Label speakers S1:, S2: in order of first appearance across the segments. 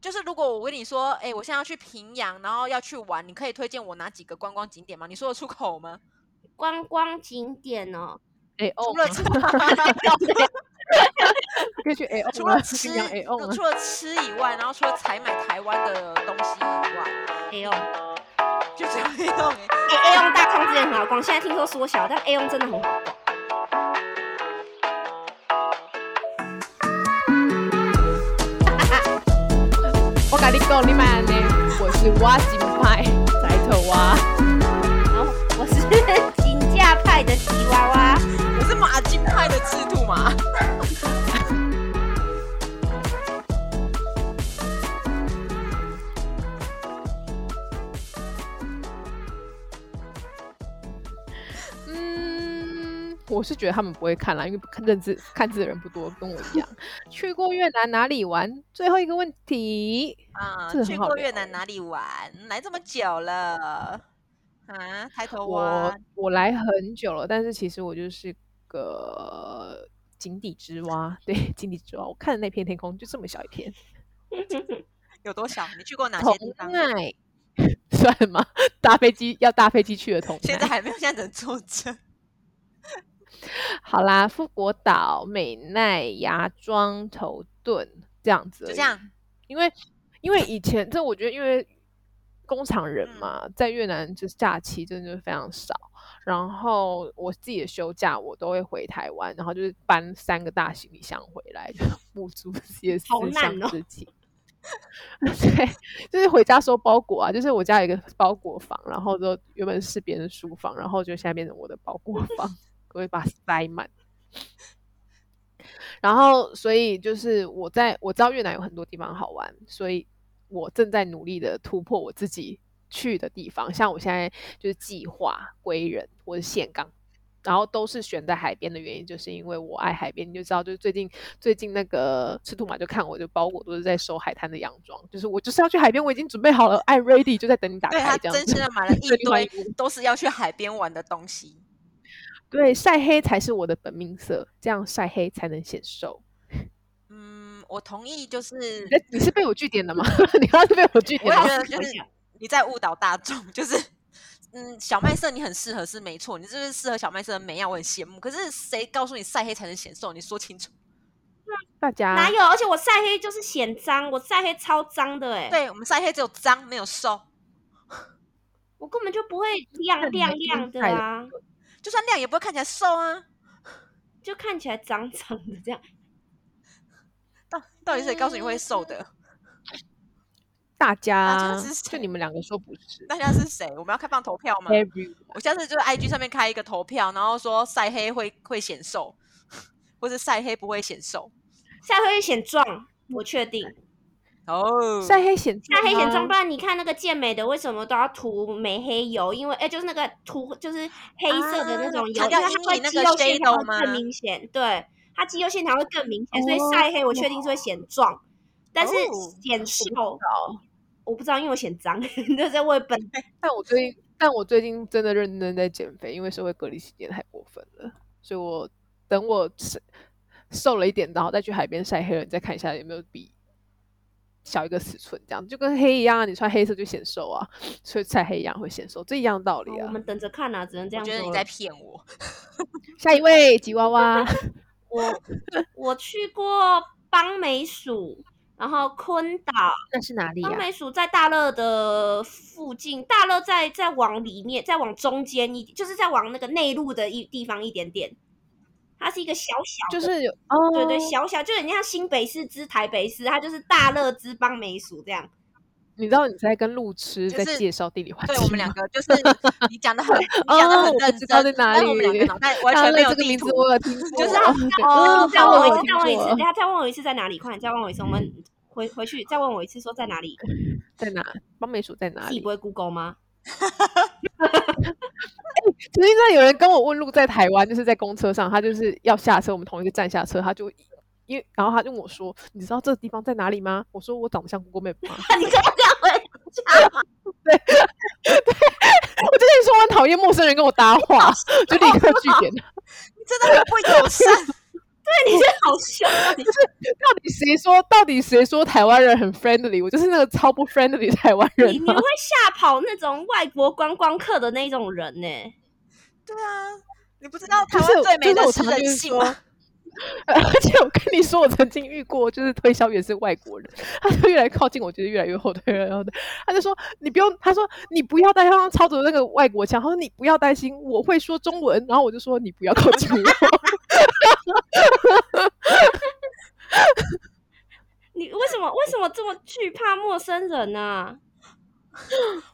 S1: 就是如果我跟你说，哎，我现在要去平阳，然后要去玩，你可以推荐我哪几个观光景点吗？你说得出口吗？
S2: 观光景点哦，
S3: 哎哦
S1: 除，了 吃，
S3: 可以去哎哦，
S1: 除了吃
S3: 新疆哎哦，
S1: 除了吃以外，然后除了采买台湾的东西以外，
S2: A 用 A
S1: 就只有一种哎
S2: A 用大康之前很好逛，现在听说缩小，但 A 用真的很好逛。
S3: 我跟你讲，你买嘞，我是挖金派，宅头蛙，
S2: 然后我是 平价派的吉娃娃，
S1: 我是马金派的赤兔马。
S3: 嗯，我是觉得他们不会看啦，因为看认字看字的人不多，跟我一样。去过越南哪里玩？最后一个问题，
S1: 啊、
S3: 这个
S1: 去
S3: 很好欸
S1: 过
S3: 聊
S1: 越南哪里玩？来这么久了啊？抬头
S3: 我
S1: 湾
S3: 我来很久了，但是其实我就是个井底之蛙，对，井底之蛙。我看的那片天空就这么小一片，
S1: 有多小？你去过哪
S3: 同
S1: 些地方？
S3: 奈 算吗？搭飞机要搭飞机去的同奈。
S1: 现在还没有，现在只能坐着。
S3: 好啦，富国岛、美奈、芽庄、头顿这样子，
S1: 就这样。。
S3: 因为因为以前这我觉得因为工厂人
S2: 嗯
S3: 嘛，在越南就是假期真的就是非常少。然后我自己的休假，我都会回台湾，然后就是搬三个大行李箱回来， 就补足自己的思
S2: 好烂
S3: 想
S2: 哦
S3: 之情。 对，就是回家收包裹啊，就是我家有一个包裹房，然后就原本是别人的书房，然后就现在变成我的包裹房，我会把它塞满。然后，所以就是我在我知道越南有很多地方好玩，所以我正在努力的突破我自己去的地方。像我现在就是计划归仁或者岘港，然后都是选在海边的原因，就是因为我爱海边。你就知道，就是最近最近那个赤兔马就看我，就包裹都是在收海滩的洋装，就是我就是要去海边，我已经准备好了，I ready 就在等你打
S1: 对他
S3: 开这样
S1: 真
S3: 子。
S1: 心的买了一
S3: 这另外一
S1: 堆都是要去海边玩的东西。
S3: 对，晒黑才是我的本命色，这样晒黑才能显瘦。
S1: 嗯，我同意，就是
S3: 你在你是被我据点的吗？ 你刚刚是被我据
S1: 我
S3: 点
S1: 也
S3: 的
S1: 觉
S3: 吗？
S1: 得就是你在误导大众， 就是嗯，小麦色你很适合是没错，你就是适合小麦色的美啊，我很羡慕。可是谁告诉你晒黑才能显瘦？你说清楚。
S3: 大
S1: 啊
S3: 家
S2: 哪有？而且我晒黑就是显脏，我晒黑超脏的哎、
S1: 对我们晒黑只有脏没有瘦，
S2: 我根本就不会亮
S3: 看你
S2: 亮
S3: 们今天
S2: 亮的
S3: 晒的
S2: 啊，
S1: 就算亮也不会看起来瘦啊。
S2: 就看起来脏脏的这样。
S1: 到到底谁告诉你会瘦的？
S3: 大
S1: 家
S3: 家
S1: 是谁
S3: 就你们两个说不是
S1: 大家是谁？我们要开放投票吗？
S3: ，every
S1: 我下次就是 IG 上面开一个投票，然后说晒黑会会显瘦， 或者晒黑不会显瘦。
S2: 晒黑会显壮，我确定。
S1: 哦，
S3: 嗯晒黑显
S2: 晒黑显
S3: 吗
S2: 壮，不然你看那个健美的为什么都要涂美黑油？因为哎、就是那个涂就是黑色的那种油，
S1: 啊
S2: 因为它
S1: 强调
S2: 会
S1: 阴影那
S2: 肌
S1: 个
S2: 肉线条
S1: shadow
S2: 会
S1: 吗
S2: 更明显，对，它肌肉线条会更明显，所以晒黑我确定是会显壮，但是
S1: 哦
S2: 显瘦。我不知道，因为我显脏， 这是我本
S1: 哎
S3: 但我最近，但我最近真的认真在减肥，因为社会隔离期间太过分了，所以我等我吃瘦了一点，然后再去海边晒黑了，你再看一下有没有比小一个尺寸，这样就跟黑一样啊，你穿黑色就显瘦啊，所以晒黑一样会显瘦，这一样道理
S2: 我
S3: 啊。
S2: 们等着看啊，只能这
S1: 我
S2: 样
S1: 觉
S2: 说
S1: 得你
S2: 了
S1: 在骗我。
S3: 下一位吉娃 娃，
S2: 我 我去过邦美属，然后昆岛，
S3: 那是哪里
S2: 邦美属在大乐的附近，大乐再再往里面，再往中间一，就是再往那个内陆的一地方一点点。它是一个小小的，
S3: 就是有哦，
S2: 对对，小小，就很像新北市之台北市，它就是大乐之邦美属这样。
S3: 你知道你在跟路痴
S1: 就
S3: 在
S1: 是
S3: 介绍地理环境
S1: 对
S3: 啊吗，
S1: 我们两个就是你讲 的很，你讲的
S3: 哦
S1: 很
S3: 我不
S1: 认
S3: 知
S1: 真，
S3: 道在哪
S1: 但我们两
S3: 里
S1: 个脑袋完全没
S3: 类
S1: 有
S3: 这个
S1: 地
S3: 名字
S1: 图。
S3: 我有听过，
S1: 就是
S2: 他
S3: 哦
S2: 再
S3: 好
S2: 问我一
S3: 我
S2: 次，再
S3: 听
S2: 问我一次，
S3: 过嗯
S2: 等一 下再问我一次在哪里？快点，再问我一次，我们回回去再问我一次，说在哪里？
S3: 在哪？邦美属在哪
S2: 自
S3: 里
S2: 己不？会 Google 吗？
S3: 其实那有人跟我问路在台湾，就是在公车上，他就是要下车，我们同一个站下车，他就因为然后他就问我说：“你知道这个地方在哪里吗？”我说：“我长得像 Google Map 吗？”
S2: 你可以不要回
S3: 啊我就跟你说，我很 讨厌陌生人跟我搭话，就立刻拒点他。
S1: 你真的很不友善，
S2: 对，你真的好凶啊！ 你
S3: 到底谁说？到底谁说台湾人很 friendly？我就是那个超不 friendly 的台湾人
S2: 你你
S3: 啊、
S2: 会吓跑那种外国观光客的那种人呢、
S1: 对啊，你不知道台
S3: 就
S1: 湾
S3: 是
S1: 最美
S3: 就是
S1: 的是
S3: 我常常就
S1: 人
S3: 是
S1: 性
S3: 说
S1: 吗？
S3: 而且我跟你说，我曾经遇过，就是推销员是外国人， 他就越来靠近我，就是越来越后退，越来越后退。他就说：“你不用。”他说：“你不要担心。”他操着那个外国腔，他说：“你不要担心，我会说中文。”然后我就说：“你不要靠近我。
S2: 你为什么为什么这么惧怕陌生人呢、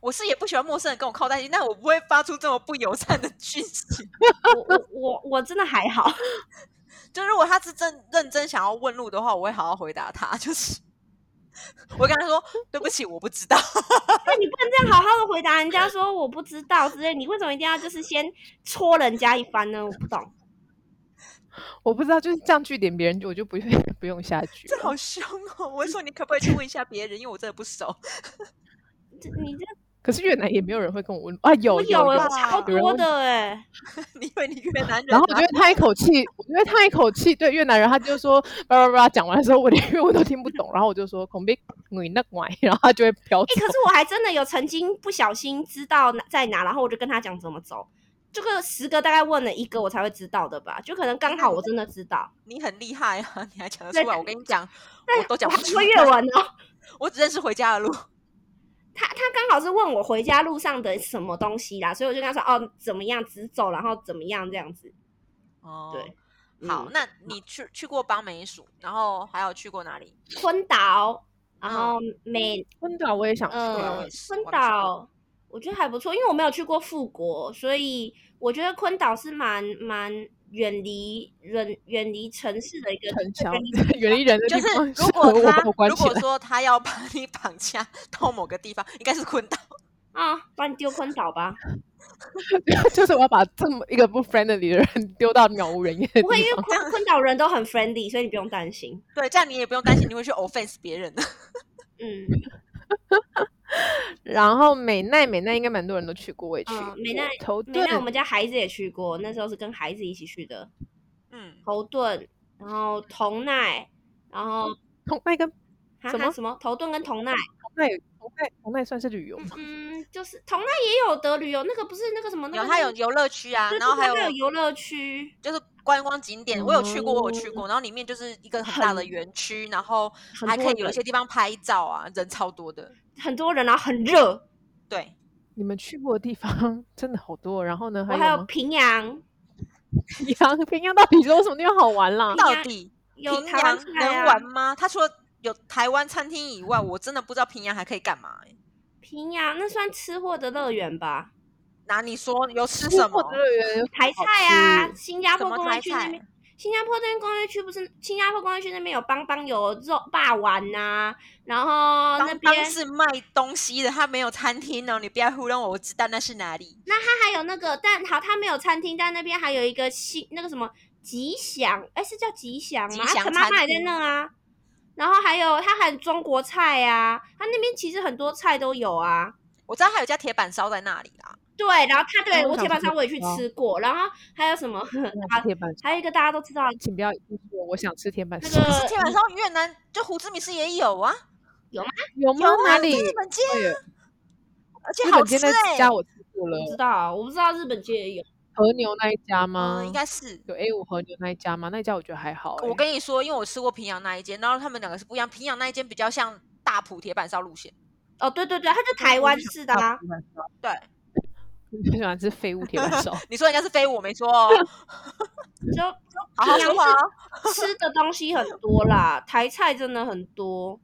S1: 我是也不喜欢陌生人跟我靠在一起，但我不会发出这么不友善的讯息。
S2: 我我我我真的还好，
S1: 就如果他是真认真想要问路的话，我会好好回答他，就是我会跟他说对不起，我不知道。
S2: 那你不能这样好好的回答人家说我不知道之类，你为什么一定要就是先戳人家一番呢？我不懂。”
S3: 我不知道，就是这样据点别人，我就不 不用下去
S1: 这
S3: 了。
S1: 好凶哦！我会说你可不可以去问一下别人，因为我真的不熟。
S2: 这你这
S3: 可是越南也没有人会跟我问啊，有
S2: 我有
S3: 有
S2: 有
S1: 吧
S2: 超
S3: 有人
S2: 多
S3: 问
S2: 的哎、
S1: 你以为你越南人啊？
S3: 然后我觉得他一口气，我觉得他一口气对越南人，他就说叭叭叭讲完之后，我连越文都听不懂，然后我就说孔贝 你那外，然后他就会飘走
S2: 哎、。可是我还真的有曾经不小心知道哪在哪，然后我就跟他讲怎么走。这个十个大概问了一个我才会知道的吧，就可能刚好我真的知道。
S1: 你很厉害啊，你还讲得
S2: 对
S1: 出来。我跟你讲，
S2: 但
S1: 我都讲
S2: 我
S1: 不
S2: 还不
S1: 出
S2: 会越
S1: 来，
S2: 文哦。
S1: 我只认识回家的路。
S2: 他他刚好是问我回家路上的什么东西啦，所以我就跟他说哦怎么样直走，然后怎么样这样子。
S1: 哦，
S2: 对，
S1: 好，
S2: 嗯
S1: 那你去去过邦美属，然后还有去过哪里？
S2: 昆岛，然后美
S3: 真的，我也想去
S1: 嗯啊
S3: 啊。
S1: 我
S2: 呃
S1: 也，是
S2: 昆
S1: 我还没去过
S2: 岛我觉得还不错，因为我没有去过富国，所以我觉得昆岛是蛮蛮远离远远离城市的一个
S3: 城
S2: 对
S3: 墙
S2: 远离
S3: 远离人的
S1: 就
S3: 地
S1: 是
S3: 方，
S1: 如
S3: 适
S1: 果
S3: 合我
S1: 他
S3: 把我关
S1: 如
S3: 起
S1: 果
S3: 来。
S1: 说他要把你绑架到某个地方，应该是昆岛。
S2: 啊，把你丢昆 岛吧。
S3: 就是我要把这么一个不 friendly 的人 丢到渺无人烟的
S2: 不会，
S3: 地
S1: 啊
S2: 因为
S3: 方。
S2: 昆昆岛人都很 friendly，所以你不用担心。
S1: 对，这样你也不用担心你会去 offense 别人的。
S2: 嗯
S3: 然后美奈美奈应该蛮多人都去过，我也去过。
S2: 嗯，美奈
S3: 头
S2: 美
S3: 顿
S2: 奈，我们家孩子也去过，那时候是跟孩子一起去的，
S1: 嗯，
S2: 头顿，然后同奈，然后
S1: 嗯
S3: 同奈跟
S2: 哈
S3: 什
S2: 哈
S3: 么
S2: 什么头顿跟同奈。
S3: 同奈同奈同奈算是旅游吗？
S2: 嗯，就是同奈也有得旅游，那个不是那个什么，那
S1: 有
S2: 个
S1: 它
S2: 是
S1: 有游乐区啊，
S2: 对
S1: 然后
S2: 对
S1: 还有
S2: 对它有游乐区，
S1: 就是观光景点，我有去过，我有去过，然后里面就是一个很大的园区，然后
S2: 哦很
S1: 还可
S2: 多
S1: 以有一
S2: 人
S1: 些地方拍照啊，人超多的。
S2: 很多人，然后很热。
S1: 对，
S3: 你们去过的地方 真的好多。然后呢，
S2: 我
S3: 有
S2: 还有
S3: 吗？
S2: 平阳，
S3: 平阳，平阳到底有什么地方好玩 啦？
S1: 到
S2: 阳
S1: 底
S2: 有
S1: 平
S2: 台
S1: 阳
S2: 湾菜
S1: 能
S2: 啊
S1: 玩吗？他除了有台湾餐厅以外，我真的不知道平阳还可以干嘛、欸。
S2: 平阳那算吃货的乐园吧？
S1: 那你说有吃什么？
S3: 乐园有
S2: 台
S3: 好
S2: 菜啊，
S3: 吃
S2: 新加
S1: 什
S2: 坡
S1: 么
S2: 工
S1: 台
S2: 业区那
S1: 菜
S2: 边，新加坡那边工业区不是新加坡工业区那边有邦邦有肉霸丸呐、然后那
S1: 当当
S2: 边
S1: 是卖东西的，他没有餐厅哦，你不要糊弄我，我知道那是哪里。
S2: 它还有那个，但好，它没有餐厅，但那边还有一个新那个什么吉祥，哎，是叫吉祥
S1: 吉
S2: 吗？
S1: 祥
S2: 啊陈妈妈
S1: 餐
S2: 也在
S1: 厅
S2: 那啊。然后还有，它还有中国菜啊，它那边其实很多菜都有啊。
S1: 我知道还有家铁板烧在那里啦，
S2: 对，然后它对
S3: 我
S2: 我
S3: 想
S2: 铁板
S3: 吃
S2: 烧我也去
S3: 哦
S2: 吃过，然后还有什 么？
S3: 那是铁板烧，
S2: 还有一个大家都知道，
S3: 请不要一直说我想吃铁板
S2: 那
S3: 烧。
S2: 个
S1: 铁板烧越南就胡志明市也有啊，
S3: 有
S1: 有
S3: 吗？
S1: 啊，
S3: 哪
S1: 在
S3: 里？
S1: 日本街，
S3: 对
S1: 而且
S3: 日
S1: 好
S3: 本
S1: 吃
S3: 街那
S1: 哎、
S3: 家我吃欸嗯过了
S2: 不，知道啊，我不知道日本街也有。
S3: 和牛那一家吗？
S1: 嗯，应该是。
S3: 有 A 五和牛那一家吗？那一家我觉得还好、欸。
S1: 我跟你说，因为我吃过平阳那一间，然后他们两个是不一样。平阳那一间比较像大埔铁板烧路线，
S2: 哦，对对对，它就台湾式的啊。
S1: 对，
S3: 你喜欢吃废物铁板烧，
S1: 你说人家是飞舞，我没说 哦，嗯
S2: 就
S1: 好好
S2: 平
S1: 说
S2: 阳
S1: 话哦。
S2: 吃的东西很多啦，台菜真的很多。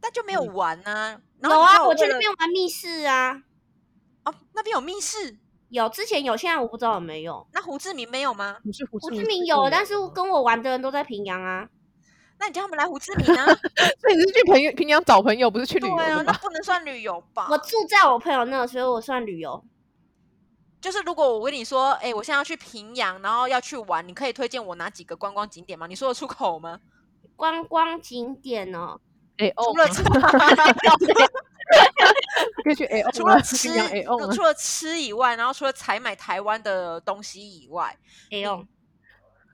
S1: 但就没有玩啊。 然
S2: 嗯有
S1: 后你看
S2: 啊，我去
S1: 为
S2: 那
S1: 了
S2: 边玩密室啊，
S1: 哦，那边有密室，
S2: 有之前有，现在我不知道有没有。
S1: 那胡志明没有吗？
S3: 你是胡
S2: 胡
S3: 明
S2: 志
S3: 吃
S2: 明
S3: 过
S2: 有，
S3: 吗
S2: 但是跟我玩的人都在平阳啊。
S1: 那你叫他们来胡志明啊？
S3: 所以你是去朋友平阳找朋友，不是 去旅游
S1: 对啊，
S3: 的
S1: 那
S3: 吗？
S1: 不能算旅游吧？
S2: 我住在我朋友那，所以我算旅游。
S1: 就是如果我跟你说，哎、我现在要去平阳，然后要去玩，你可以推荐我哪几个观光景点吗？你说得出口吗？
S2: 观光景点哦，
S3: 哎哦
S1: 除，了吃
S3: 可以去哎 哦，
S1: 除了吃
S3: 哦平阳哎哦，嗯
S1: 除了吃以外，然后除了采买台湾的东西以外，
S2: 哎呦，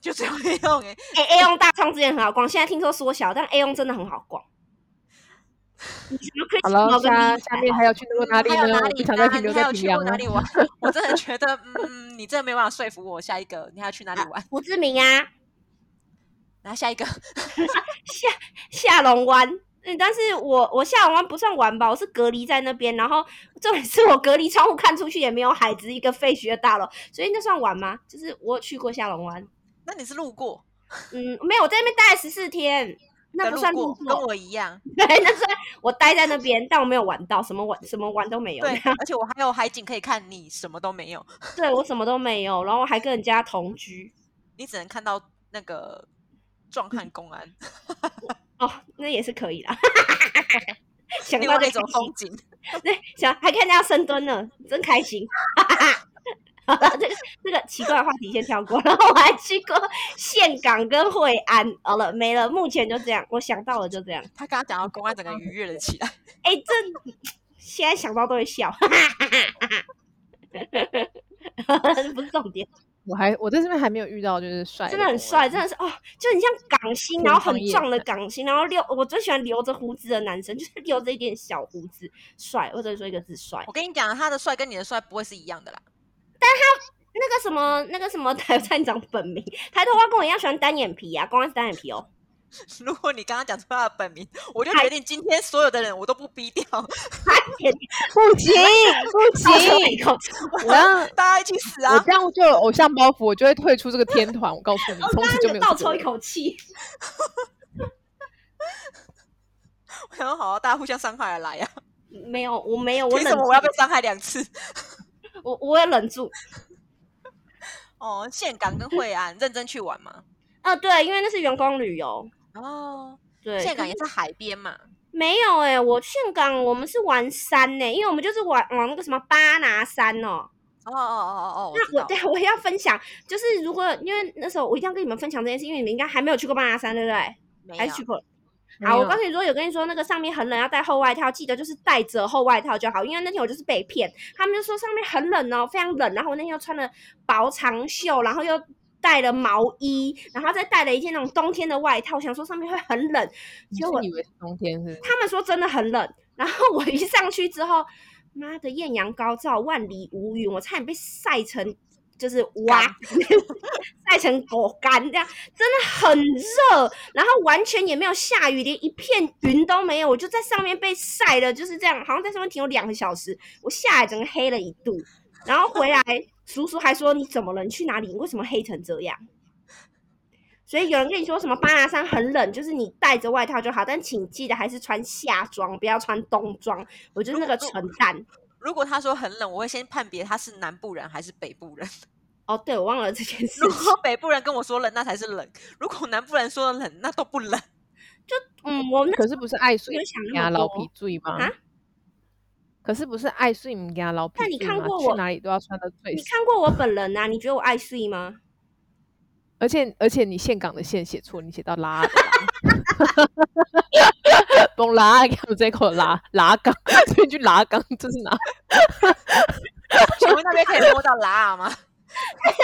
S1: 就只有 A 用哎、
S2: 哎、a 用大创之前很好逛，现在听说缩小，但 A 用真的很好逛。你什么可以
S3: 好了，
S2: 跟
S3: 下
S2: 你
S3: 下面还要去过哪里
S1: 还有
S3: 呢？
S1: 哪
S3: 我
S1: 里？
S3: 不想再
S1: 啊
S3: 停留
S1: 你还
S3: 在
S1: 有
S3: 平
S1: 去
S3: 阳
S1: 过
S3: 了
S1: 哪。里玩？ 我真的觉得，嗯，你真的没办法说服我。下一个，你还要去哪里玩？
S2: 胡志明啊，
S1: 然后下一个，
S2: 下下龙湾。嗯，但是我我下龙湾不算玩吧，我是隔离在那边，然后重点是我隔离窗户看出去也没有海，只是一个废墟的大楼，所以那算玩吗？就是我有去过下龙湾，
S1: 那你是路过
S2: 嗯，没有，我在那边待了十四天，那
S1: 的
S2: 不
S1: 路
S2: 算路
S1: 过，
S2: 过，
S1: 跟我一样。
S2: 对，那算我待在那边，但我没有玩到什么玩，什么玩都没有，
S1: 对，而且我还有海景可以看，你什么都没有，
S2: 对我什么都没有，然后我还跟人家同居，
S1: 你只能看到那个壮汉公安，
S2: 哦，那也是可以啦。想
S1: 另
S2: 到
S1: 外
S2: 就
S1: 一种
S2: 开心
S1: 风景。
S2: 对，想还看人家深蹲呢，真开心。 好了，这个这个奇怪的话题先跳过。然后我还去过岘港跟惠安，好了没了，目前就这样。我想到了就这样。
S1: 他刚刚讲到公安，整个愉悦了起 来。
S2: 哎、这现在想到都会 笑， 哈哈哈哈哈哈。不是重点，
S3: 我还我在这边还没有遇到，就是帅，
S2: 真的很
S3: 啊
S2: 帅，真的是哦，就很像港星，
S3: 天
S2: 然后很
S3: 方夜
S2: 壮的港星，然后留我最喜欢留着胡子的男生， 就是留着一点小胡子，帅，我只能说一个字帅。
S1: 我跟你讲，他的帅跟你的帅不会是一样的啦。
S2: 那个什么，那个什么台站长本名，抬头蛙跟我一样喜欢单眼皮啊，公安是单眼皮哦。
S1: 如果你刚刚讲出他的本名，我就
S2: 嗨
S1: 决定今天所有的人我都不逼掉，
S3: 不 行不
S2: 好像
S3: 行，
S2: 没空
S3: 我要。
S1: 大家一起死
S3: 我
S1: 啊！
S3: 这样就有偶像包袱，我就会退出这个天团。我告诉你，
S1: 哦
S2: 我
S3: 从
S2: 刚
S3: 此
S2: 刚
S3: 就没
S2: 有
S3: 有
S2: 倒
S3: 这个
S2: 抽一
S3: 人
S2: 口气，
S1: 我想说好啊，大家互相伤害而来啊！
S2: 没有，我没有，我
S1: 为
S2: 忍
S1: 什
S2: 住
S1: 么，我要被伤害两次？
S2: 我我也忍住。
S1: 哦，岘港跟惠安认真去玩嘛。
S2: 啊，对，因为那是员工旅游，
S1: 哦，
S2: 对，
S1: 岘港
S2: 可
S1: 也
S2: 是
S1: 是海边嘛。
S2: 没有哎、我岘港我们是玩山欸呢、因为我们就是玩往那个什么巴拿山哦、
S1: 哦哦哦哦，我知
S2: 那我
S1: 道。
S2: 对我要分享，就是如果因为那时候我一定要跟你们分享这件事，因为你们应该还没有去过巴拿山，对不对？
S1: 没
S2: 还
S1: 有
S2: 是去过了？
S3: 没
S2: 啊，我
S3: 有
S2: 告诉你说，有跟你说那个上面很冷，要带厚外套，记得就是带着厚外套就好。因为那天我就是被骗，他们就说上面很冷哦，非常冷。然后我那天又穿了薄长袖，然后又带了毛衣，然后再带了一件那种冬天的外套，想说上面会很冷。
S3: 你
S2: 结
S3: 是
S2: 果
S3: 以为是冬天是不是？
S2: 他们说真的很冷， 然后我一上去之后，妈的艳阳高照，万里无云，我差点被晒成就是蛙， 晒成狗干这样，真的很热，然后完全也没有下雨，连一片云都没有，我就在上面被晒的，就是这样，好像在上面停留两个小时，我下来整个黑了一度，然后回来叔叔还说你怎么了？你去哪里？你为什么黑成这样？所以有人跟你说什么巴拿山很冷，就是你带着外套就好，但请记得还是穿夏装，不要穿冬装。我就是那个蠢蛋。
S1: 如果他说很冷，我会先判别他是南部人还是北部人。
S2: 哦，对，我忘了这件事
S1: 如
S2: 情。
S1: 果北部人跟我说冷，那才是冷；如果南部人说冷，那都不冷。
S2: 嗯，我那
S3: 可是不是爱睡
S2: 没有想那
S3: 呀
S2: 么
S3: 老
S2: 多
S3: 皮。醉吗
S2: 啊？
S3: 可是不是爱睡唔呀老皮
S2: 但你
S3: 醉
S2: 看
S3: 吗
S2: 过
S3: 去
S2: 我
S3: 哪里都要穿的最
S2: 你
S3: 死，
S2: 看过我本人啊？你觉得我爱睡吗？
S3: 而且而且你岘港的岘写错，你写到拉的拉，崩拉港这口拉拉港，这句拉港这是哪？
S1: 请问那边可以摸到拉吗？
S2: 哎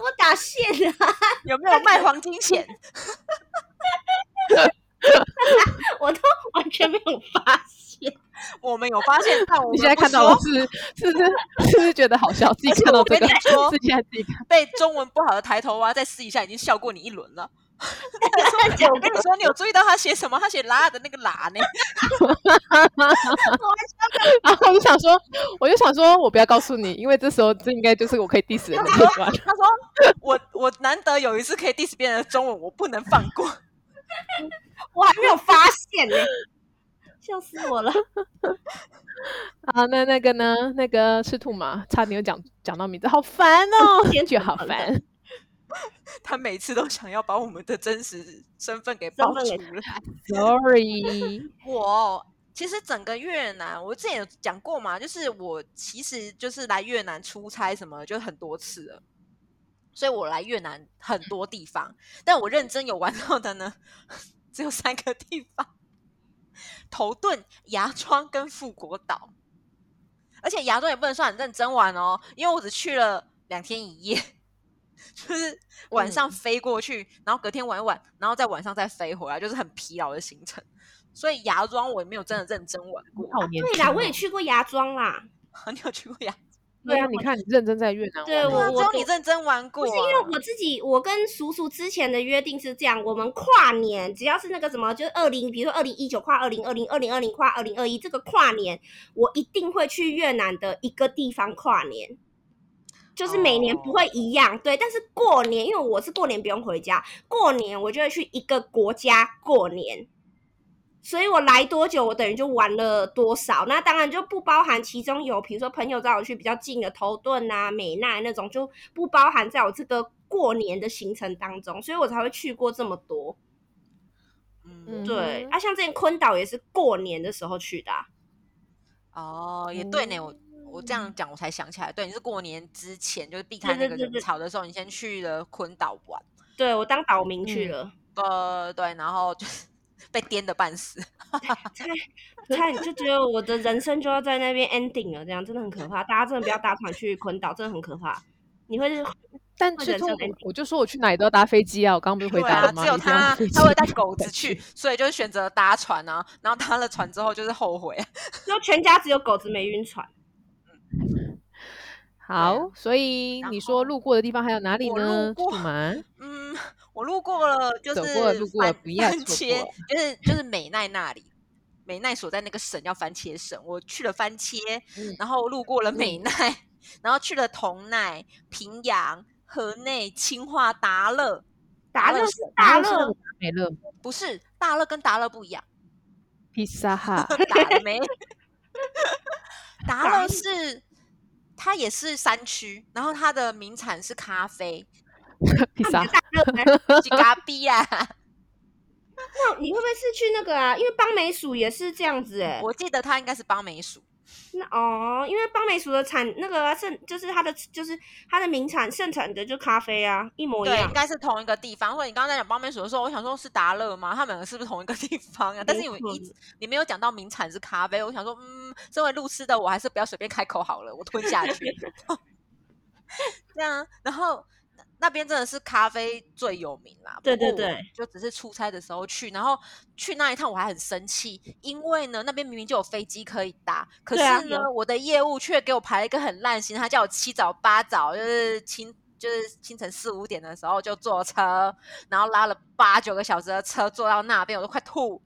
S2: 我打线啊！
S1: 有没有卖黄金钱？
S2: 我都完全没有发现。
S1: 我们有发现，但我们
S3: 你现在
S1: 不
S3: 看到
S1: 说
S3: 的是是不是是不是觉得好笑？自己
S1: 而且
S3: 看到
S1: 我
S3: 这
S1: 跟
S3: 个，
S1: 你说
S3: 自己还自己看。
S1: 被中文不好的抬头蛙再试一下，已经笑过你一轮 了。我跟你说，你有注意到他写什么？他写“拉”的那个“拉”呢？
S3: 然后我就想说，我就想说我不要告诉你，因为这时候这应该就是我可以 diss 人的片段。
S1: 他说：“我我难得有一次可以 diss 别人的中文，我不能放过。
S2: 我还没有发现呢、 笑死我了！
S3: 啊，那那个呢？那个赤兔马差点又讲讲到名字，好烦 哦，
S2: 天
S3: 觉得
S2: 哪
S3: 好烦。
S1: 他每次都想要把我们的真实身份给爆
S2: 身
S1: 出
S2: 份
S1: 来。
S3: Sorry，
S1: 我其实整个越南，我之前有讲过嘛，就是我其实就是来越南出差什么，就很多次了。所以我来越南很多地方，但我认真有玩到的呢，只有三个地方：头顿、芽庄跟富国岛。而且芽庄也不能算很认真玩哦，因为我只去了两天一夜， 就是晚上
S2: 嗯
S1: 飞过去，然后隔天玩一玩，然后再晚上再飞回来，就是很疲劳的行程。所以芽庄我也没有真的认真玩 过。
S3: 好年
S2: 对
S3: 轻
S2: 啦，
S3: 哦
S2: 我也去过芽庄啦，
S1: 你有去过芽？
S3: 对啊，你看你认真在越南玩
S2: 对
S3: 了，
S1: 对啊，只
S2: 我
S1: 有你认真玩过、
S2: 不
S1: 啊。
S2: 是因为我自己，我跟叔叔之前的约定是这样，我们跨年只要是那个什么，就是二零，比如说二零一九跨二零二零，二零二零跨二零二一，这个跨年我一定会去越南的一个地方跨年。就是每年不
S3: 哦
S2: 会一样对。但是过年，因为我是过年不用回家，过年我就会去一个国家过年，所以我来多久，我等于就玩了多少。那当然就不包含其中有，比如说朋友带我去比较近的头顿啊、美奈那种，就不包含在我这个过年的行程当中，所以我才会去过这么多。
S1: 嗯
S3: 嗯，
S2: 对，
S3: 哼
S2: 啊，像之前昆岛也是过年的时候去的啊、
S1: 哦，也对
S3: 嗯
S1: 呢。我我这样讲，我才想起来，对，你是过年之前，就是避开
S2: 嗯对
S1: 那
S2: 对
S1: 个
S2: 对
S1: 人
S2: 对
S1: 潮的时候，你先去了昆岛玩，
S2: 对我当岛民去
S3: 嗯
S2: 了，
S1: 呃，对，然后就是 被颠的半死。
S2: 差点就觉得我的人生就要在那边 ending 了，这样真的很可怕。大家真的不要搭船去昆岛，真的很可怕。你会
S3: 但
S2: 会
S3: 去
S2: 人
S3: 痛
S2: 生
S3: 苦
S2: ending
S3: 我就说我去哪里都要搭飞机啊！我刚刚不是回
S1: 对
S3: 答
S1: 啊，
S3: 了吗？
S1: 只有
S3: 一定要搭
S1: 他
S3: 飞机
S1: 他 会带狗子 去，所以就是选择搭船啊，然后搭了船之后就是后悔。
S2: 就全家只有狗子没晕船。
S3: 好，所以
S1: 然
S3: 你说路过的地方还有哪里
S1: 我路
S3: 呢？
S1: 过
S3: 干嘛？
S1: 嗯，我路过了，就是
S3: 走过了路过了
S1: 番
S3: 不要
S1: 番
S3: 错
S1: 茄
S3: 过，
S1: 就是就是美奈那里，美奈所在那个省叫番茄省，我去了番茄，
S3: 嗯
S1: 然后路过了美奈，然后去了同奈、平阳、河内、清化、达乐，
S2: 达
S1: 乐
S2: 乐
S1: 是
S2: 是达
S3: 啊是那个
S2: 乐，
S3: 达美乐
S1: 不是大乐跟达乐不一样，
S3: 披萨哈
S1: 打了没？达
S2: 打
S1: 乐
S2: 了
S1: 是它也是山区，然后它的名产是咖 啡，
S3: 披萨
S2: 达乐欸。
S1: 是咖啡啊。
S2: 那你会不会是去那个啊？因为邦美属也是这样子哎、
S1: 我记得它应该是邦美属，
S2: 那哦，因为邦美属的产那个啊盛就是它的就是它的名产盛产的就咖啡啊，一模一
S1: 对，应
S2: 样。
S1: 该是同一个地方。或者你刚刚在讲邦美属的时候，我想说是达乐吗？他们两个是不是同一个地方啊？但是你
S2: 有
S1: 们
S2: 可
S1: 一
S2: 能
S1: 直你没有讲到名产是咖啡，我想说，嗯，身为路痴的我还是不要随便开口好了，我吞下去。这样，啊然后那那边真的是咖啡最有名啦。
S2: 对
S1: 不过
S2: 对对
S1: 我就只是出差的时候去，然后去那一趟我还很生气，因为呢那边明明就有飞机可以搭，可
S2: 对啊
S1: 是呢、
S2: 有
S1: 我的业务却给我排了一个很烂行程，他叫我七早八早，就是清就是清晨四五点的时候就坐车，然后拉了八九个小时的车坐到那边，我都快吐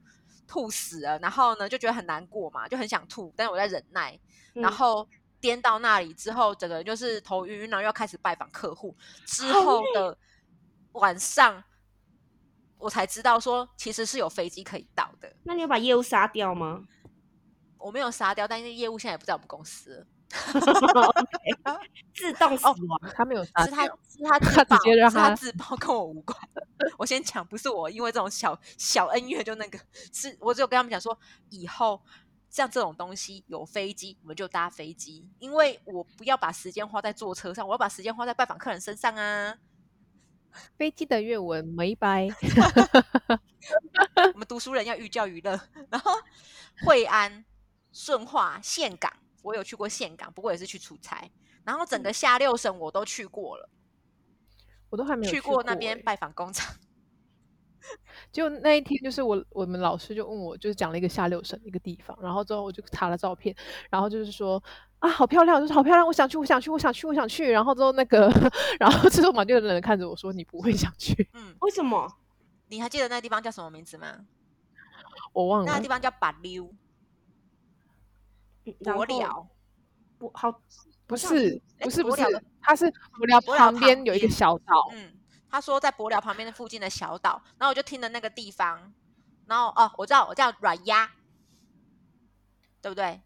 S1: 吐死了。然后呢就觉得很难过嘛，就很想吐，但是我在忍耐。然
S2: 嗯
S1: 后颠到那里之后，整个人就是头晕晕，然后又开始拜访客户。之
S2: 好
S1: 后的晚上，我才知道说其实是有飞机可以到的。
S2: 那你有把业务杀掉吗？
S1: 我没有杀掉，但是业务现在也不在我们公司了，
S2: 自动死
S1: 哦
S2: 亡，
S3: 他没有杀
S1: 是他
S3: 掉
S1: 是他自
S3: 他直
S1: 爆，
S3: 接让
S1: 是他
S3: 他
S1: 自爆，跟我无关。 我先讲，不是我因为这种小小恩怨就那个，是我只有跟他们讲说，以后像这种东西有飞机，我们就搭飞机，因为我不要把时间花在坐车上，我要把时间花在拜访客人身上啊。
S3: 飞机的越文 没掰，
S1: 我们读书人要寓教于乐。 然后惠安、顺化、岘港，我有去过岘港，不过也是去出差。然后
S3: 嗯
S1: 整个下六省我都去过了，
S3: 我都还没有
S1: 去
S3: 过
S1: 那边
S3: 欸
S1: 拜访工厂。
S3: 就那一天，就是我我们老师就问我，就是讲了一个下六省的一个地方，然后之后我就查了照片，然后就是说啊，好漂亮，就是好漂亮，我想去，我想去，我想去，我想去。然后之后那个， 然后制作团队的人看着我说，你不会想去，
S1: 嗯，
S2: 为什么？
S1: 你还记得那地方叫什么名字吗？
S3: 我忘
S1: 那
S3: 了
S1: 个地。方叫把溜
S2: 嗯然
S1: 国
S2: 后
S1: 寮，
S2: 不好，
S3: 不
S1: 像
S3: 是
S1: 哎
S3: 不是不
S1: 伯
S3: 是
S1: 辽的，
S3: 它是无聊
S1: 伯辽
S3: 旁边
S1: 旁
S3: 有一个
S1: 边
S3: 小岛，
S1: 嗯，他说在伯寮旁边的附近的小岛，然后我就听的那个地方，然后哦，我知道，我叫软鸭，对不对？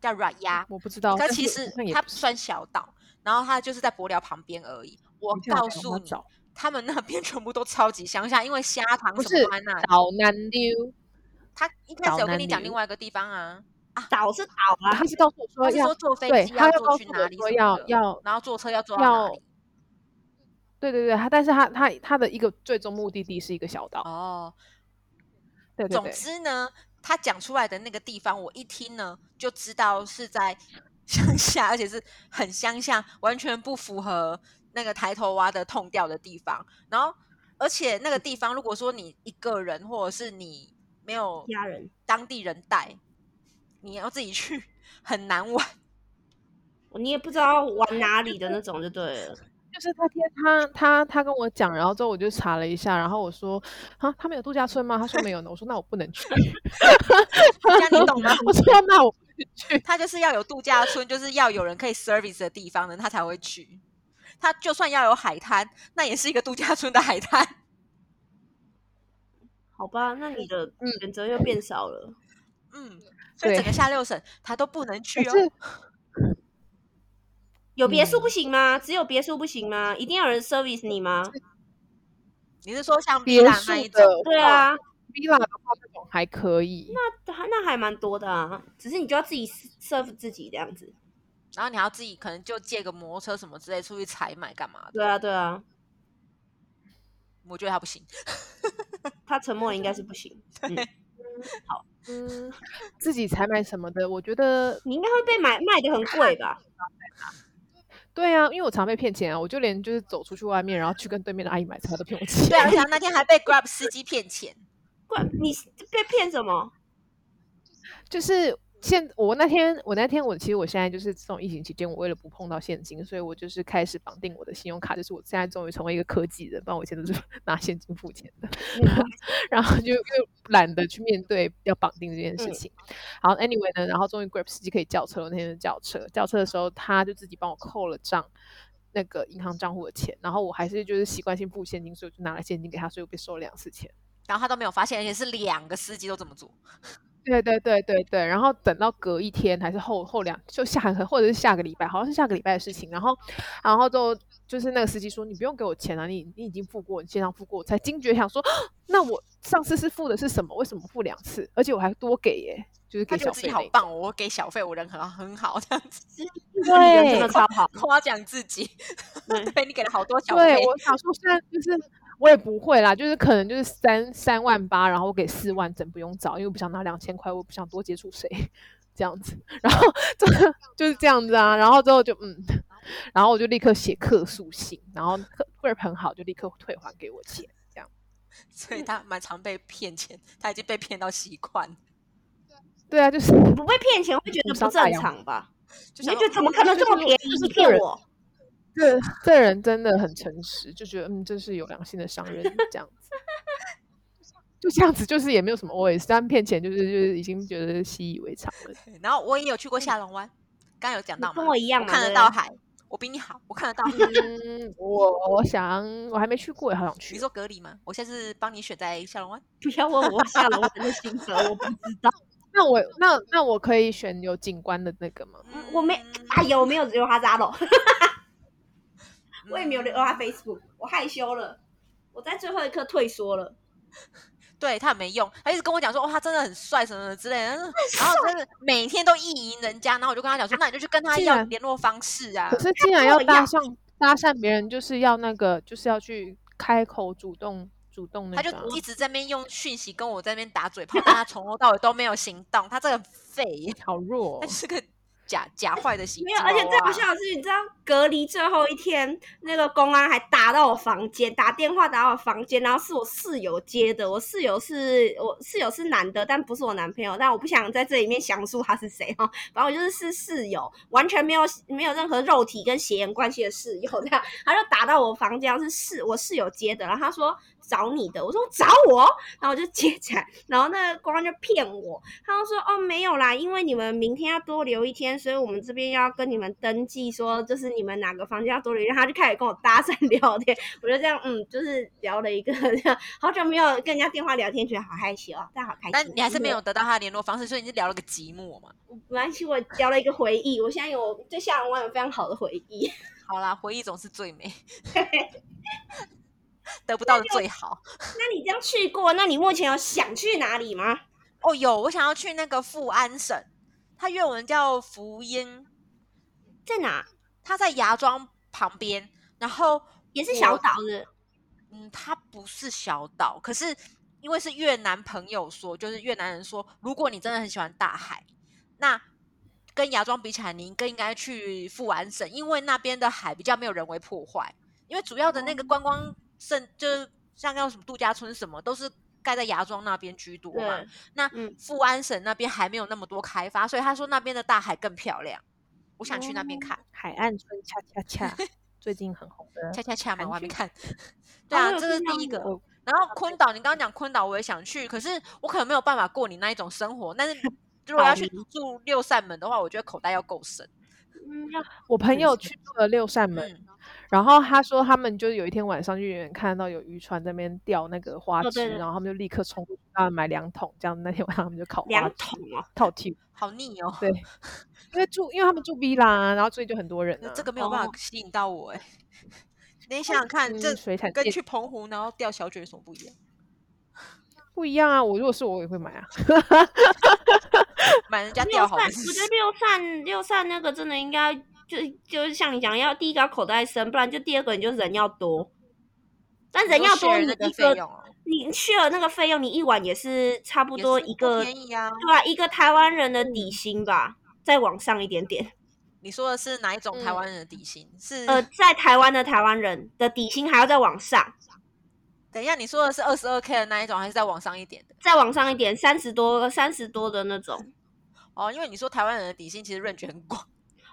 S1: 叫软鸭，
S3: 我不知道。
S1: 可
S3: 但
S1: 其
S3: 是好
S1: 实
S3: 像也
S1: 它
S3: 不是
S1: 算小岛，然后它就是在博寮旁边而已。我
S3: 等一下
S1: 告
S3: 我帮
S1: 诉
S3: 他
S1: 你，
S3: 找
S1: 他们那边全部都超级乡下，因为虾塘
S3: 不
S1: 什么
S3: 是
S1: 都在那里。
S3: 岛南溜，
S1: 他一开
S3: 岛
S1: 始有
S3: 南
S1: 跟你讲
S3: 里
S1: 另外一个地方啊，
S2: 岛是岛啊，
S3: 他是告诉我
S1: 他
S3: 说
S1: 是
S3: 要
S1: 说坐飞
S3: 对
S1: 机
S3: 他要
S1: 坐
S3: 告
S1: 去
S3: 诉
S1: 哪
S3: 我
S1: 里
S3: 说
S1: 什么
S3: 要
S1: 的
S3: 要
S1: 然后坐车要坐到哪
S3: 要
S1: 里？
S3: 对对对，他但是他他他的一个最终目的地是一个小岛，
S1: 哦，
S3: 对对
S1: 总
S3: 对，
S1: 之呢，他讲出来的那个地方，我一听呢就 知道是在乡下，而且是很乡下，完全不符合那个抬头蛙的痛掉的地方。然后，而且那个地方，如果说你一个人，或者是你没有
S2: 家人，
S1: 当地人带，你要自己去，很难玩。
S2: 你也不知道玩哪里的那种就对了。
S3: 就是那天他他他跟我讲，然后之后我就查了一下，然后我说啊，他们有度假村吗？他说没有呢。我说那我不 能去，
S1: 这样你懂吗？
S3: 我说那我不能去。
S1: 他就是要有度假村，就是要有人可以 service 的地方呢，他才会去。他就算要有海滩，那也是一个度假村的海滩。
S2: 好吧，那你的选择又变少了。
S1: 嗯，所以整个下六省他都不能去
S3: 可
S1: 哦。
S3: 是
S2: 有
S1: 嗯
S2: 别墅不行吗？只有别墅不行吗？一定要有人 service 你吗？
S1: 你是说像
S3: 别
S1: villa
S3: 墅
S1: 那一种
S3: 的？
S2: 对啊，
S3: villa 的话，这种还可以。
S2: 那还那还蛮多的啊，只是你就要自己 serve 自己这样子。
S1: 然后你还要自己可能就借个摩托车什么之类出去采买干嘛的，
S2: 对啊，对啊，
S1: 我觉得他不行。
S2: 他沉默了应该是不行，
S3: 嗯，自己采买什么的，我觉得
S2: 你应该会被买卖的很贵吧？
S3: 对啊，因为我常被骗钱啊，我就连就是走出去外面，然后去跟对面的阿姨买菜她都骗我钱。
S1: 对啊，而且他那天还被 Grab 司机骗钱，
S2: 贵，你被骗什么？
S3: 就是现我那天我那天我其实我现在就是这种疫情期间，我为了不碰到现金，所以我就是开始绑定我的信用卡，就是我现在终于成为一个科技人，不然我以前都是 拿现金付钱的， 然后就又懒得去面对要绑定这件事情。好，anyway 呢，然后终于 Grab 司机可以叫车了，我那天就叫车，叫车的时候他就自己帮我扣了账。那个银行账户的钱，然后我还是就是习惯性付现金，所以我就拿了现金给他，所以我被收了两次钱。
S1: 然后他都没有发现，而且是两个司机都这么做。
S3: 对对对对对，然后等到隔一天还是后后两就下或者是下个礼拜，好像是下个礼拜的事情。然后，然后就就是那个司机说：“你不用给我钱啊，你你已经付过，你线上付过。”我才惊觉想说，那我上次是付的是什么？为什么付两次？而且我还多给耶、就是
S1: 他
S3: 给
S1: 觉得
S3: 小
S1: 自己
S3: 费
S1: 好
S3: 那一
S1: 棒，我给小费，我人很好，很好这样子，啊
S2: 对你人真的
S3: 对
S2: 超好。
S1: 夸奖自己。
S2: 对
S1: 对你给了好多小费
S3: 对，，我想说现在就是我也不会啦，就是可能就是三三万八，然后我给四万整，不用找，因为我不想拿两千块，我不想多接触谁这样子。然后就就是这样子啊，然后之后就嗯，然后我就立刻写客诉信，然后客 g r 很好，就立刻退还给我钱。
S1: 所以他蛮常被骗钱，他已经被骗到习惯了，
S3: 对啊，就是
S2: 你不被骗钱会觉得不正常吧？
S1: 啊就
S2: 你
S1: 想
S2: 会
S1: 说
S2: 觉得怎么可能这么便宜？你骗我？
S3: 这这人真的很诚实，就觉得嗯，这是有良心的商人这样子。就这样子，就是也没有什么 OS，但骗钱就是就是已经觉得习以为常了。
S1: 对然后我也有去过下龙湾，刚刚有讲
S2: 你
S1: 到嘛
S2: 跟，我一样嘛？
S1: 看得
S2: 对
S1: 到
S2: 不
S1: 海，我比你好，我看得到。
S3: 嗯，我我想我还没去过，也好想去
S1: 你
S3: 哦。
S1: 说隔离吗？我下次帮你选在下龙湾。
S2: 对 不要问我下楼的心得，我不知道。
S3: 那我那那我可以选有景观的那个吗？
S1: 嗯
S2: 我没，哎呀，我没有留他扎喽，
S1: 嗯
S2: 我也没有留呃他 Facebook，我害羞了，我在最后一刻退缩了。
S1: 对他很没用，他一直跟我讲说，哦，他真的很帅什么什么之类的，然后真的每天都意淫人家，然后我就跟他
S2: 啊
S1: 讲说，那你就去跟他
S3: 竟
S1: 要
S3: 然
S1: 联络方式啊
S3: 可。是既
S2: 跟
S3: 然
S2: 我
S3: 要
S2: 一
S3: 搭
S2: 样
S3: 上搭讪别人，就是要那个就是要去开口主动主动那
S1: 他就
S3: 个啊、
S1: 一直在那边用讯息跟我在那边打嘴炮，但他从头到尾都没有行动，他这个很废 耶，
S3: 好弱、
S1: 他
S3: 哦
S1: 就。是个假假坏的行
S2: 没
S1: 为。
S2: 有，而且最
S1: 啊
S2: 好笑的是，你知道隔离最后一天，那个公安还打到我房间，打电话打到我房间，然后是我室友接的。我室友是我室友是男的，但不是我男朋友，但我不想在这里面详述他是谁哈。反正我就是是室友，完全没有没有任何肉体跟血缘关系的室友，这样他就打到我房间，是室我室友接的，然后他说找你的，我说找我，然后我就接起来，然后那个公安就骗我，他就说哦没有啦，因为你们明天要多留一天，所以我们这边要跟你们登记说，就是你们哪个房间要多留一天，他就开始跟我搭讪 聊天，我就这样嗯，就是聊了一个这样，好久没有跟人家电话聊天，觉得好害羞啊，但好开心。
S1: 但你还是没
S2: 因
S1: 有
S2: 为
S1: 得到他的联络方式，所以你是聊了个寂寞嘛。
S2: 我，没关系，我聊了一个回忆，我现在有对夏龙湾有非常好的回忆。
S1: 好啦，回忆总是最美，得不到的最好。
S2: 那你这样去过，那你目前有想去哪里吗？
S1: 哦，有，我想要去那个富安省，它原文叫福音，
S2: 在哪？
S1: 它在芽庄旁边。然后，
S2: 也是小岛的，
S1: 嗯，它不是小岛，可是因为是越南朋友说，就是越南人说，如果你真的很喜欢大海，那跟芽庄比起来，你更应该去富安省，因为那边的海比较没有人为破坏，因为主要的那个
S2: 哦
S1: 观光胜就是像叫什么度假村什么，都是盖在芽庄那边居多嘛
S2: 对。，
S1: 那
S2: 嗯
S1: 富安省那边还没有那么多开发，所以他说那边的大海更漂亮。我想去那边
S2: 哦
S1: 看，
S3: 海岸村恰恰 恰，最近很红的。
S1: 恰恰恰嘛，
S3: 韩
S1: 我还没
S3: 剧
S1: 看。 对
S2: 哦
S1: 啊，
S2: 我有
S1: 这是
S2: 听到哦
S1: 第一个。
S3: 我
S1: 然后昆岛，你刚刚讲昆岛，我也想去，可是我可能没有办法过你那一种生活。 但是如果要去住六扇门的话，我觉得口袋要够深。
S2: 嗯，要
S3: 我朋
S2: 很
S3: 友
S2: 像
S3: 去住了六扇门，
S1: 嗯，
S3: 然后他说他们就是有一天晚上就远远看到有渔船在那边钓那个花
S2: 哦对
S3: 枝，
S2: 对
S3: 然后他们就立刻冲过去，他们买两桶，这样那天晚上他们就烤花
S2: 两
S3: 枝
S2: 桶哦，
S3: 套 T，
S1: 好腻哦。
S3: 对，因为住因为他们住 v 啦，然后所以就很多人、
S1: 那
S3: 啊，
S1: 这个没有办
S2: 哦
S1: 法吸引到 我哎、你想想看，
S3: 嗯
S1: 这
S3: 水产
S1: 跟
S3: 店
S1: 去澎湖然后钓小卷有什么不一样？
S3: 不一样啊。我如果是我我也会买啊，
S1: 买人家
S2: 六
S1: 钓好了
S2: 扇，我
S1: 是不
S2: 觉
S1: 是
S2: 得六扇六扇那个真的应该就就是像你讲，要第一个要口袋深，不然就第二个你就人要多。但人
S1: 你说
S2: 要多，
S1: share
S2: 你
S1: 那个
S2: 一
S1: 费
S2: 个
S1: 用哦，
S2: 你去了那个费用，你一晚也是差不
S1: 也
S2: 多
S1: 是
S2: 一
S1: 不
S2: 个，
S1: 便宜啊。嗯
S2: 对啊，一个台湾人的底薪吧，再往上一点点。
S1: 你说的是哪一种台
S3: 嗯
S1: 湾人的底薪？是
S2: 呃，在台湾的台湾人的底薪还要再往上，
S1: 等一下你说的是二十二 k 的那一种，还是再往上一点的？
S2: 再往上一点，三十多三十多的那种。
S1: 哦，因为你说台湾人的底薪其实 range 很广，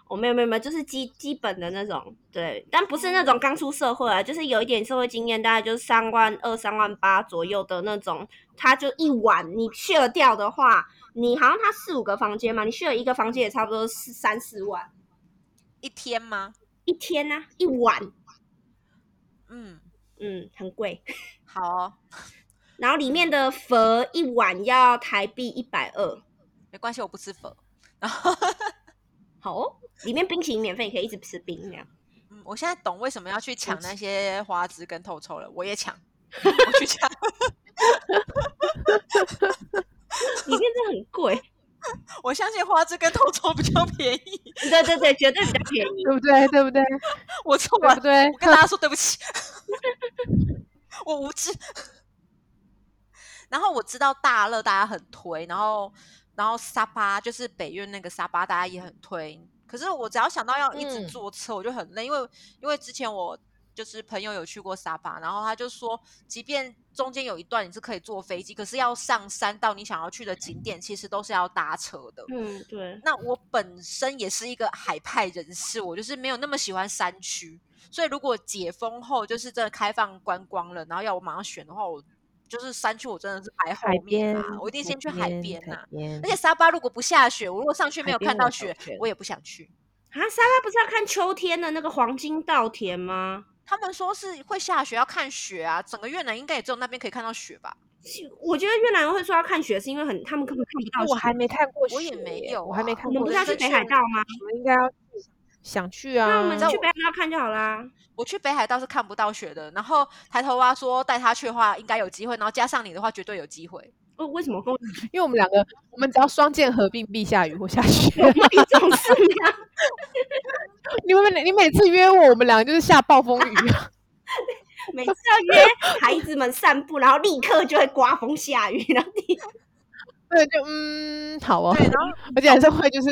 S2: 哦，没有没有没有，就是基基本的那种，对，但不是那种刚出社会啊，就是有一点社会经验，大概就是三万二、三万八左右的那种。他就一晚你去掉的话，你好像他四五个房间嘛，你去了一个房间也差不多是三四万
S1: 一天吗？
S2: 一天呢、一晚，
S1: 嗯，
S2: 嗯，很贵。
S1: 好哦，
S2: 然后里面的佛一晚要台币一百二，
S1: 没关系，我不吃粉。
S2: 好哦，里面冰淇淋免费，你可以一直吃冰这样。
S1: 嗯，我现在懂为什么要去抢
S2: 吃
S1: 那些花枝跟透抽了，我也抢， 我去抢，
S2: 里面真的很贵，
S1: 我相信花枝跟透抽比较便宜，
S2: 对对对，绝对比较便宜。
S3: 对不对？对不对？
S1: 我错
S3: 对
S1: 了
S3: 不。对
S1: 我？跟大家说对不起， 我无知。然后我知道大乐大家很推，然后然后沙巴就是北院那个沙巴大家也很推。可是我只要想到要一直
S3: 嗯
S1: 坐车，我就很累，因为因为之前我就是朋友有去过沙巴，然后他就说，即便中间有一段你是可以坐飞机，可是要上山到你想要去的景点，其实都是要搭车的。
S2: 嗯，对。
S1: 那我本身也是一个海派人士，我就是没有那么喜欢山区，所以如果解封后就是真的开放观光了，然后要我马上选的话，我就是山区我真的是排后
S3: 海
S1: 面
S3: 边
S1: 啊，，我一定先去海边
S3: 海
S1: 啊。
S3: 边
S1: 而且沙巴如果不下雪，我如果上去没
S3: 海
S1: 有
S3: 边
S1: 看
S3: 我
S1: 到
S3: 首
S1: 雪，
S3: 选
S1: 我也不想去。
S2: 啊，沙拉不是要看秋天的那个黄金稻田吗？
S1: 他们说是会下雪，要看雪啊，整个越南应该也只有那边可以看到雪吧？
S2: 是我觉得越南人会说要看雪，是因为很他们根本看不到
S3: 我还
S2: 雪。
S3: 没看过雪
S1: 我
S3: 耶，
S1: 也没有
S3: 我还没
S1: 啊
S3: 看
S2: 我
S3: 过。
S2: 们不是要去
S1: 真是
S2: 北海道吗？
S3: 我们应该要去想去啊。
S2: 那我们
S1: 知道
S2: 去
S1: 我
S2: 北海道看就好啦。
S1: 我去北海道是看不到雪的。然后抬头蛙说带他去的话应该有机会，然后加上你的话绝对有机会。
S2: 哦，为什么跟我
S3: 因为我们两个，我们只要双剑合并，必下雨或下雪。
S2: 有这种事吗？
S3: 你们你每次约我，我们两个就是下暴风雨啊，
S2: 每次要约孩子们散步，然后立刻就会刮风下雨，然后立
S3: 对，就嗯好哦，
S1: 对，然后
S3: 而且还是会就是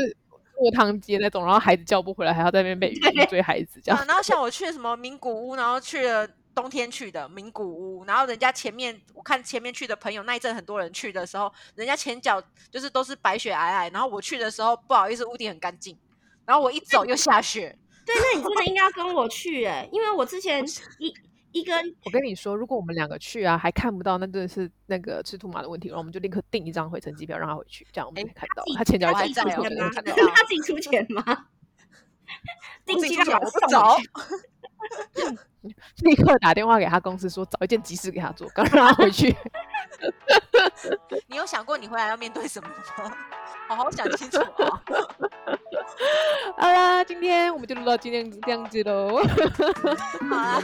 S3: 落汤鸡那种，然后孩子叫不回来，还要在那边被雨
S2: 对
S3: 衣追孩子这样
S1: 啊，。然后像我去什么名古屋，然后去了冬天去的名古屋，然后人家前面我看前面去的朋友那一阵很多人去的时候，人家前脚就是都是白雪皑皑，然后我去的时候不好意思屋顶很干净，然后我一走又下雪，
S2: 对，那你真的应该要跟我去哎、因为我之前一一个
S3: 我跟你说，如果我们两个去啊，还看不到，那真的是那个赤兔马的问题。然后我们就立刻订一张回程机票，让他回去，这样我们
S1: 哎
S3: 就可以看到了。他前脚
S1: 我
S3: 已
S1: 还
S3: 经
S1: 在
S3: 出
S1: 哦
S3: 去
S1: 我
S3: 了
S1: 没有
S3: 我
S1: 看到
S3: 看到
S1: 啊
S3: 了。
S2: 他自己出钱吗？
S1: 我
S2: 定
S1: 自己
S2: 期要
S1: 出
S2: 把
S1: 去
S2: 他
S1: 我不
S2: 送
S1: 走
S2: 回去，
S3: 立刻打电话给他公司说，找一件急事给他做，刚让他回去。
S1: 你有想过你回来要面对什么吗？好好想清楚啊！
S3: 好啦，今天我们就录到今天这样子喽。
S1: 好啦，啊